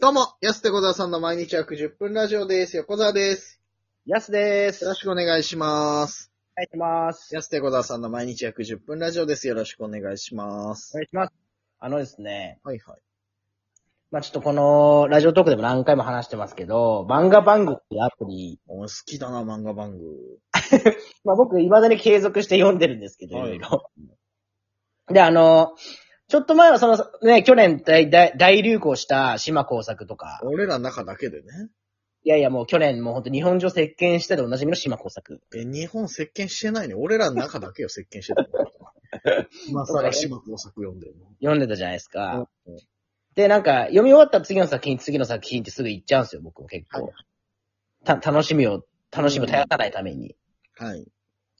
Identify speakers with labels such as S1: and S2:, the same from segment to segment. S1: どうも、安手小沢さんの毎日約10分ラジオです。横澤です。
S2: やすでーす。
S1: よろしくお願いします。
S2: お願いします。
S1: 安手小沢さんの毎日約10分ラジオです。よろしくお願いします。
S2: お願いします。あのですね、
S1: はいはい。
S2: まあ、ちょっとこの、ラジオトークでも何回も話してますけど、漫画番組っていうアプリ、
S1: お好きだな、漫画番組。
S2: まあ、僕、未だに継続して読んでるんですけど、
S1: はい
S2: いろいろ。で、あの、ちょっと前はその、ね、去年大大大流行した島工作とか、
S1: 俺らの中だけでね。
S2: いやいやもう去年もうほんと日本中を席巻してでおなじみの島工作。
S1: え、日本接見してないね。俺らの中だけよ、接見してた の。今更島工作読んでるの。
S2: 読んでたじゃないですか。
S1: うんうん
S2: で、なんか、読み終わった次の作品、次の作品ってすぐ行っちゃうんですよ、僕も結構。
S1: は
S2: た、楽しみを、楽しみを絶やさないために。
S1: はい。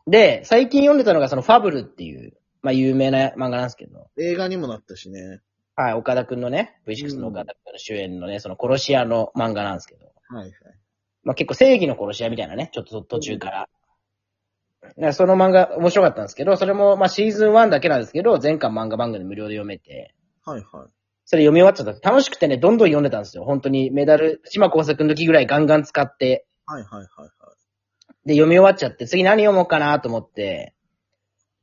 S2: で、最近読んでたのがそのファブルっていう、まあ有名な漫画なんですけど、
S1: 映画にもなったしね。
S2: はい、岡田くんのね、V6 の岡田くんの主演のね、その殺し屋の漫画なんですけど、
S1: はいはい。
S2: まあ結構正義の殺し屋みたいなね、ちょっと途中から。ねその漫画面白かったんですけど、それもまあシーズン1だけなんですけど、全巻漫画番組無料で読めて、
S1: はいはい。
S2: それ読み終わっちゃった。楽しくてね、どんどん読んでたんですよ。本当にメダル、島工作の時ぐらいガンガン使って、
S1: はいはいはいは
S2: で、読み終わっちゃって、次何読もうかなと思って、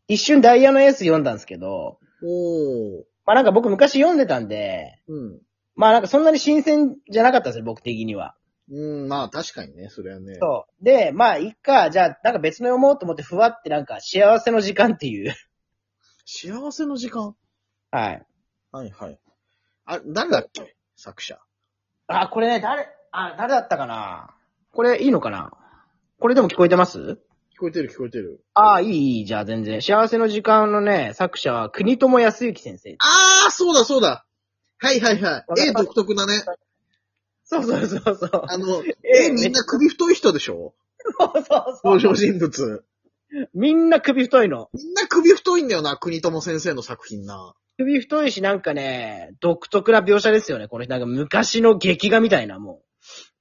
S2: 一瞬ダイヤのエース読んだんですけど、
S1: い。おー。
S2: まあなんか僕昔読んでたんで、
S1: うん。
S2: まあなんかそんなに新鮮じゃなかったんですよ、僕的には。
S1: うん、まあ確かにね、それはね。
S2: そう。で、まあいっか、じゃあなんか別の読もうと思って、ふわってなんか幸せの時間っていう。
S1: 幸せの時間
S2: はい。
S1: はいはい。あ、誰だっけ作者。
S2: あ、これね、誰、あ、誰だったかなこれいいのかなこれでも聞こえてます
S1: 聞こえてる聞こえてる。
S2: ああ、いい、いい、じゃあ全然。幸せの時間のね、作者は国友康之先生。
S1: あー、そうだそうだ。はいはいは
S2: わ
S1: い。
S2: か
S1: 絵
S2: った
S1: 独特だね。
S2: そうそうそうそう。
S1: あの、
S2: え
S1: 絵みんな首太い人でしょ
S2: そうそう
S1: 登
S2: そう。
S1: 場人物。
S2: みんな首太いの。
S1: みんな首太いんだよな、国友先生の作品な。
S2: 首太いし、なんかね、独特な描写ですよね。この人、なんか昔の劇画みたいな、も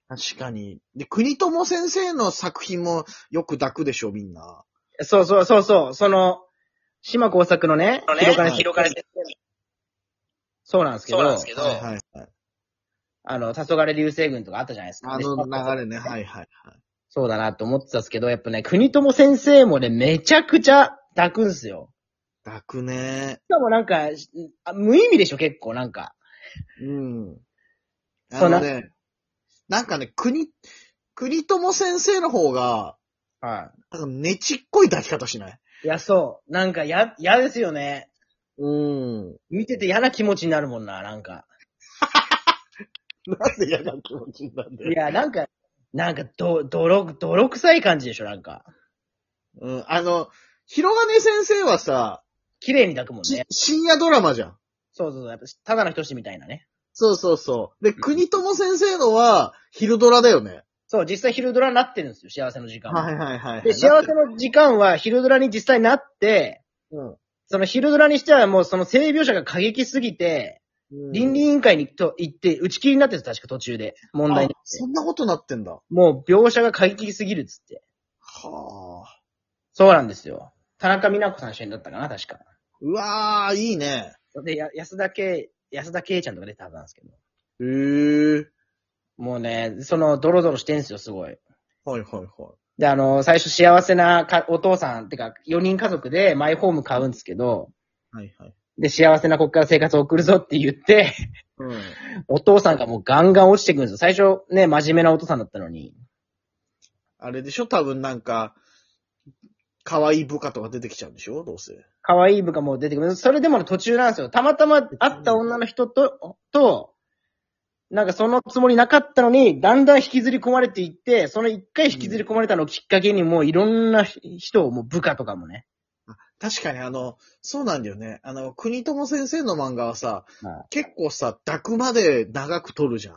S1: 確かに。で、国友先生の作品もよく抱くでしょ、みんな。
S2: う。そうそうそうそう、その、島工作のね、広金、
S1: はい
S2: 広金先生そうなんですけど、
S1: はいはいはい。
S2: あの、黄昏流星群とかあったじゃないですか。
S1: あの流れね、はいはいはい。
S2: そうだなと思ってたんですけど、やっぱね、国友先生もね、めちゃくちゃ抱くんすよ。
S1: 抱くね。
S2: しかもなんか、しあ無意味でしょ、結構、なんか。
S1: うん。
S2: そ
S1: あ
S2: うな
S1: のね、なんかね、国、国友先生の方が、
S2: は
S1: なんかねちっこい抱き方しない
S2: い。いや、そう。なんか、や、嫌ですよね。
S1: うん。
S2: 見てて嫌な気持ちになるもんな、なんか。
S1: なんで嫌な気持ちになるんだ
S2: い
S1: よ。
S2: や、なんか、なんか、ど、泥、泥臭い感じでしょ、なんか。
S1: うん、あの、広金先生はさ、
S2: 綺麗に抱くもん
S1: し
S2: ね。
S1: 深夜ドラマじゃん。
S2: そうそうそう。やっぱただの人志みたいなね。
S1: そうそうそう。で、国友先生のは、昼ドラだよね。
S2: そう、実際昼ドラになってるんですよ、幸せの時間は。
S1: いはいは
S2: で、幸せの時間は昼ドラに実際なって、
S1: うん。
S2: その昼ドラにしてはもうその性描写が過激すぎて、倫理委員会にと行って打ち切りになってるんです確か途中で。問題
S1: あ
S2: になって。
S1: そんなことなってんだ。は
S2: もう描写が過激すぎるっつって。
S1: あ。
S2: そうなんですよ。田中美奈子さん主演だったかな、確か。
S1: うわー、いいね。
S2: で、や安田圭、安田圭ちゃんとか出たはずなんですけど。
S1: へえ。
S2: もうね、その、ドロドロしてんすよ、すごい。
S1: はいはいはい。
S2: で、あの、最初幸せなかお父さん、てか、4人家族でマイホーム買うんですけど、
S1: はいはい。
S2: で、幸せなこっから生活を送るぞって言って、
S1: うん。
S2: お父さんがもうガンガン落ちてくるんですよ。最初ね、真面目なお父さんだったのに。
S1: あれでしょ多分なんか、可愛い部下とか出てきちゃうんでしょどうせ。
S2: 可愛い部下も出てくる。それでもね途中なんですよ。たまたま会った女の人と、と、なんかそのつもりなかったのに、だんだん引きずり込まれていって、その一回引きずり込まれたのをきっかけにもういろんな人を、もう部下とかもね。
S1: 確かにあの、そうなんだよね。あの、国友先生の漫画はさ、
S2: は
S1: 結構さ、抱くまで長く撮るじゃん。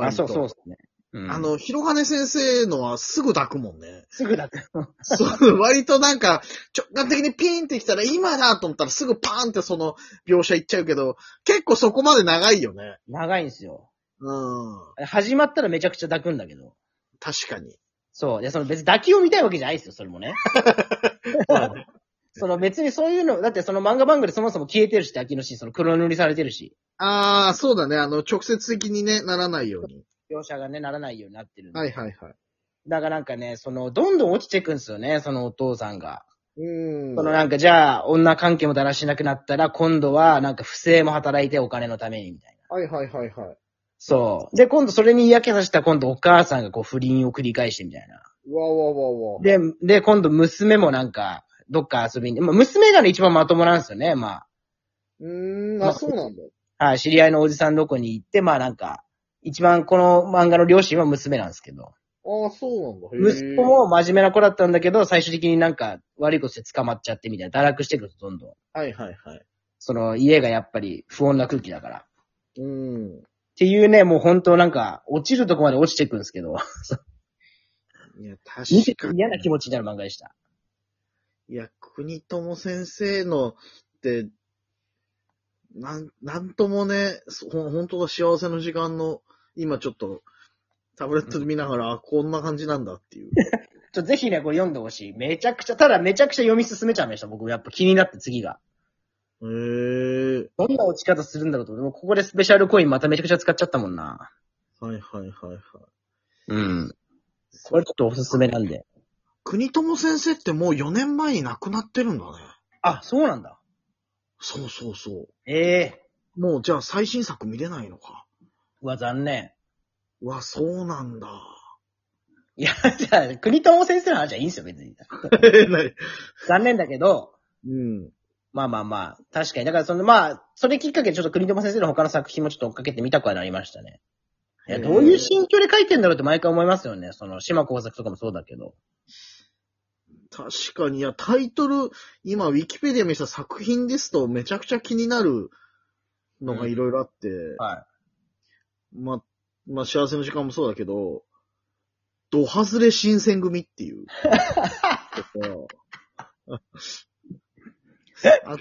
S2: あ、そうそう
S1: う。
S2: ですね。うん
S1: あの、広金先生のはすぐ抱くもんね。
S2: すぐだく。
S1: そう、 割となんか、直感的にピーンってきたら今だと思ったらすぐパーンってその描写いっちゃうけど、結構そこまで長いよね。
S2: 長いんですよ。
S1: うん。
S2: 始まったらめちゃくちゃ抱くんだけど。
S1: 確かに。
S2: そう。いや、その別に抱きを見たいわけじゃないですよ、それもね。その別にそういうの、だってその漫画番組でそもそも消えてるしって、秋のシーン、その黒塗りされてるし、
S1: ああ、そうだね。あの、直接的にね、ならないように。
S2: 描写がね、ならないようになってるんで。
S1: はいはいはい。
S2: だからなんかね、その、どんどん落ちてくんですよね、そのお父さんが。
S1: うーん。
S2: そのなんか、じゃあ、女関係もだらしなくなったら、今度はなんか不正も働いてお金のためにみたいな。
S1: はいはいはいはい。
S2: そう。で、今度それに嫌気させた今度お母さんがこう不倫を繰り返してみたいな。
S1: わわわわ。
S2: で、で、今度娘もなんか、どっか遊びに、まあ、娘がね、一番まともなんですよね、ま
S1: うーん、
S2: ま
S1: あ、
S2: あ
S1: そうなんだ。
S2: あ。はい、知り合いのおじさんどこに行って、まあなんか、一番この漫画の両親は娘なんですけど、
S1: ああ、そうなんだ。へー
S2: 息子も真面目な子だったんだけど、最終的になんか悪いことして捕まっちゃってみたいな、堕落してくるとどんどん。
S1: はいはいはい。
S2: その家がやっぱり不穏な空気だから。っ
S1: うーん。
S2: ていうね、もう本当なんか、落ちるとこまで落ちてくんですけど、
S1: いや、
S2: 見て
S1: 確
S2: て
S1: かに。
S2: 嫌な気持ちになる漫画でした。
S1: いや、国友先生のって、なん、なんともね、そほん本当だ、幸せの時間の、今ちょっと、タブレットで見ながら、あ、こんな感じなんだって いう。
S2: ちょ、ぜひね、これ読んでほしい。めちゃくちゃ、ただめちゃくちゃ読み進めちゃいました、僕。やっぱ気になって次が。
S1: へえ。
S2: どんな落ち方するんだろうと思って。でもここでスペシャルコインまためちゃくちゃ使っちゃったもんな。
S1: はいはいはいはい。
S2: うん。これちょっとおすすめなんで。
S1: 国友先生ってもう4年前に亡くなってるんだね。
S2: あ、そうなんだ。
S1: そうそうそ
S2: ええ
S1: う。もうじゃあ最新作見れないのか。
S2: うわ、残念。
S1: うわ、そうなんだ。
S2: いや、じゃあ、国友先生の話はいいんですよ、別に。残念だけど、
S1: うん。
S2: まあまあまあ、確かに。だからその、まあ、それきっかけでちょっと国友先生の他の作品もちょっと追っかけてみたくはなりましたね。いや、どういう心境で書いてんだろうって毎回思いますよね。その、島工作とかもそうだけど。
S1: 確かに、いや、タイトル、今、ウィキペディア見せた作品ですと、めちゃくちゃ気になるのがいろいろあって、
S2: は
S1: ま、まあ、幸せの時間もそうだけど、ドハズレ新選組っていう。とかあ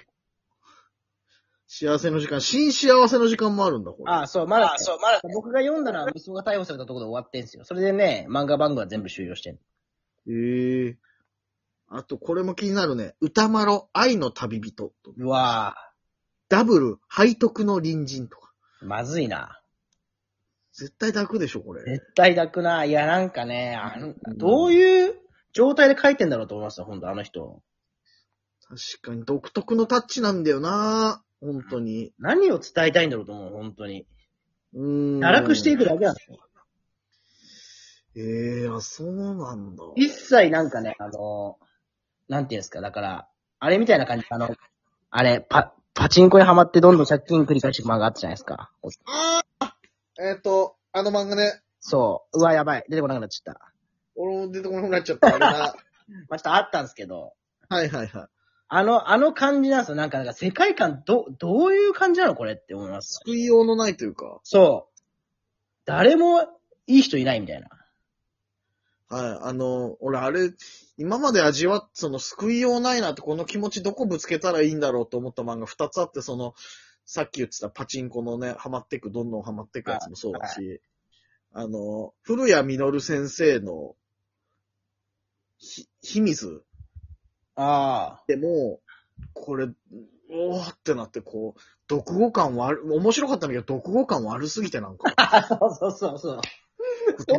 S1: 幸せの時間、新幸せの時間もあるんだ、こ
S2: い。
S1: れ。
S2: ああ、そう、まだ、そう、まだ、僕が読んだのは、息子が逮捕されたところで終わってんすよ。それでね、漫画番組は全部終了してん
S1: ええあと、これも気になるね。歌丸、愛の旅人。
S2: うわ
S1: ダブル、背徳の隣人とか。
S2: ぁ、まずいな。
S1: 絶対抱くでしょ、これ。
S2: 絶対抱くな。いや、なんかね、あの、どういう状態で書いてんだろうと思いますよ、ほんと、あの人。
S1: 確かに、独特のタッチなんだよな本当に。
S2: 何を伝えたいんだろうと思う、本当に。
S1: うーん。
S2: 堕落していくだけなんですよ。
S1: ええあ、そうなんだ。
S2: 一切なんかね、あの、なんていうんですか、だから、あれみたいな感じ、あの、あれ、パ、パチンコにハマってどんどん借金繰り返していく漫画あったじゃないですか。
S1: ああえっ、と、あの漫画ね。
S2: そう。うわ、やばい。出てこなくなっちゃった。
S1: 俺も出てこなくなっちゃった。あれな
S2: まあ、ちょっとあったんですけど、
S1: はいはいはい。
S2: あの、あの感じなんですよ。なんか、なんか世界観、ど、どういう感じなのこれって思います。
S1: 救いようのないというか。
S2: そう。誰もいい人いないみたいな。
S1: はい。あの、俺あれ、今まで味わっその救いようないなって、この気持ちどこぶつけたらいいんだろうと思った漫画二つあって、その、さっき言ってたパチンコのね、ハマってく、どんどんハマってくやつもそうだし、あの、古谷実先生の、ひ、秘密
S2: あ
S1: でも、これ、おーってなって、こう、読語感悪、面白かったんだけど、読語感悪すぎてなんか。
S2: あ。 そうそうそうそう。そ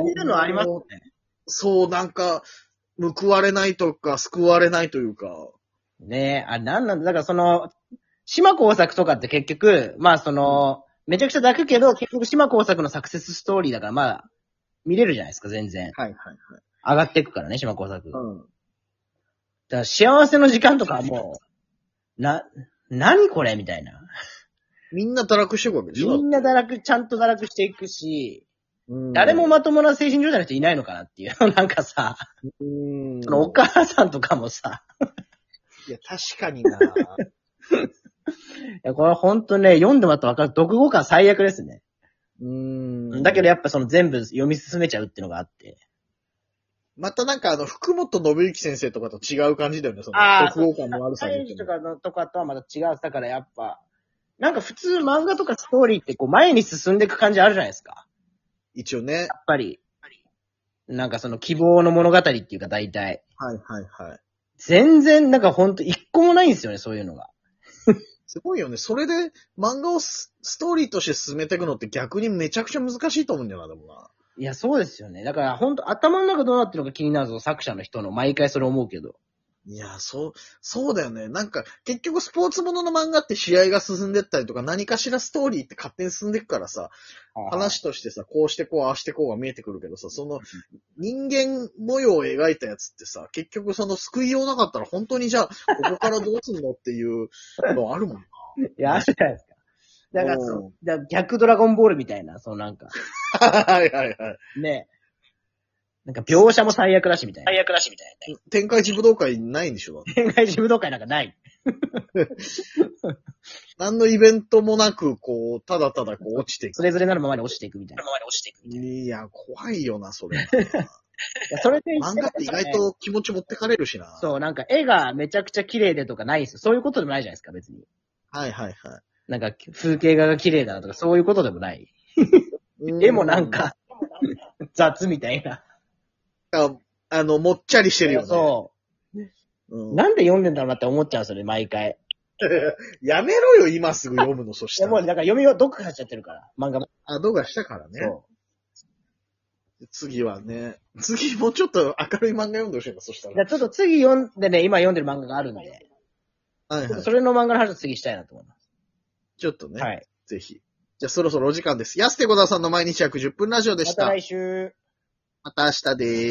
S2: ういうのありますね。
S1: そう、なんか、報われないとか、救われないというか。
S2: ねえ、あれなんなんだ、だからその、島工作とかって結局、まあその、めちゃくちゃ抱くけど、結局島工作のサクセスストーリーだから、まあ、見れるじゃないですか、全然。
S1: はいはいはい。
S2: 上がっていくからね、島工作。だか
S1: うん。
S2: ら幸せの時間とかはもう、な、何これみたいな。
S1: みんな堕落していくわけでし
S2: み
S1: ょ
S2: んな堕落、ちゃんと堕落していくし、
S1: うん
S2: 誰もまともな精神状態の人いないのかなっていう。 なんかさ、
S1: うん。
S2: そのお母さんとかもさ、
S1: いや、確かに な
S2: いやこれほんとね、読んでもらったらわかる。読語感最悪ですね。
S1: うん。
S2: だけど
S1: ど、
S2: やっぱその全部読み進めちゃうっていうのがあって。
S1: またなんかあの、福本信之先生とかと違う感じだよね、その、
S2: あー
S1: 読語感の悪さ
S2: サ
S1: で言
S2: イ
S1: う
S2: ジ
S1: と
S2: とかのとかとはまた違う。だからやっぱ、なんか普通漫画とかストーリーってこう前に進んでいく感じあるじゃないですか。
S1: 一応ね
S2: や。っぱり。なんかその希望の物語っていうか大体。
S1: はいはいはい。
S2: 全然、なんかほんと、一個もないんですよね、そういうのが。
S1: すごいよね。それで漫画をスストーリーとして進めていくのって逆にめちゃくちゃ難しいと思うんだよな、でもな。
S2: いや、そうですよね。だから、ほんと、頭の中どうなってるのか気になるぞ、作者の人の。毎回それ思うけど。
S1: いや、そう、そうだよね。なんか、結局スポーツものの漫画って試合が進んでったりとか、何かしらストーリーって勝手に進んでいくからさ、話としてさ、こうしてこう、ああしてこうが見えてくるけどさ、その、人間模様を描いたやつってさ、結局その救いようなかったら本当にじゃあ、ここからどうすんのっていうのあるもん。
S2: いや、あるじゃないですか。だからそ
S1: おう
S2: う、だから逆ドラゴンボールみたいな、そのなんか、
S1: はいはいはい。
S2: ね。なんか描写も最悪だしみたいな。
S3: 最悪だし、みたい
S1: 展開地武道会ないんでしょ
S2: 天外自武道会なんかない。
S1: 何のイベントもなく、こう、ただただこう落ちていく。
S2: それぞれなるままに落ちていくみたい
S3: な。
S2: な。
S3: このままで落ちていく。
S1: いや、怖いよな、それ。
S2: いやそれで言
S1: 漫画って意外と気持ち持ってかれるしな。
S2: そう、なんか絵がめちゃくちゃ綺麗でとかないんですよ。そういうことでもないじゃないですか、別に。
S1: はいはい
S2: なんか風景画が綺麗だなとか、そういうことでもない。
S1: はい。
S2: 絵もなん、か、雑みたいな。
S1: あの、もっちゃりしてるよね。
S2: そうう。
S1: ん
S2: なんで読んでんだろうなって思っちゃうんですよね、毎回。
S1: やめろよ、今すぐ読むの、そし
S2: い
S1: た
S2: や、もう
S1: ら。
S2: だから読みをどっかさせちゃってるから、漫画も。
S1: あ、動画したからね。
S2: そ
S1: 次はね。次、もうちょっと明るい漫画読んでほしいな、そした
S2: う。じゃ
S1: ら。
S2: あちょっと次読んでね、今読んでる漫画があるんで。
S1: はい
S2: ちょっ
S1: は
S2: と
S1: い
S2: そ。れの漫画の話を次したいなと思います。
S1: ちょっとね、
S2: はい。
S1: ぜひ。じゃあそろそろお時間です。安手小沢さんの毎日約10分ラジオで
S2: ま
S1: したた。
S2: 来週。
S1: また明日です。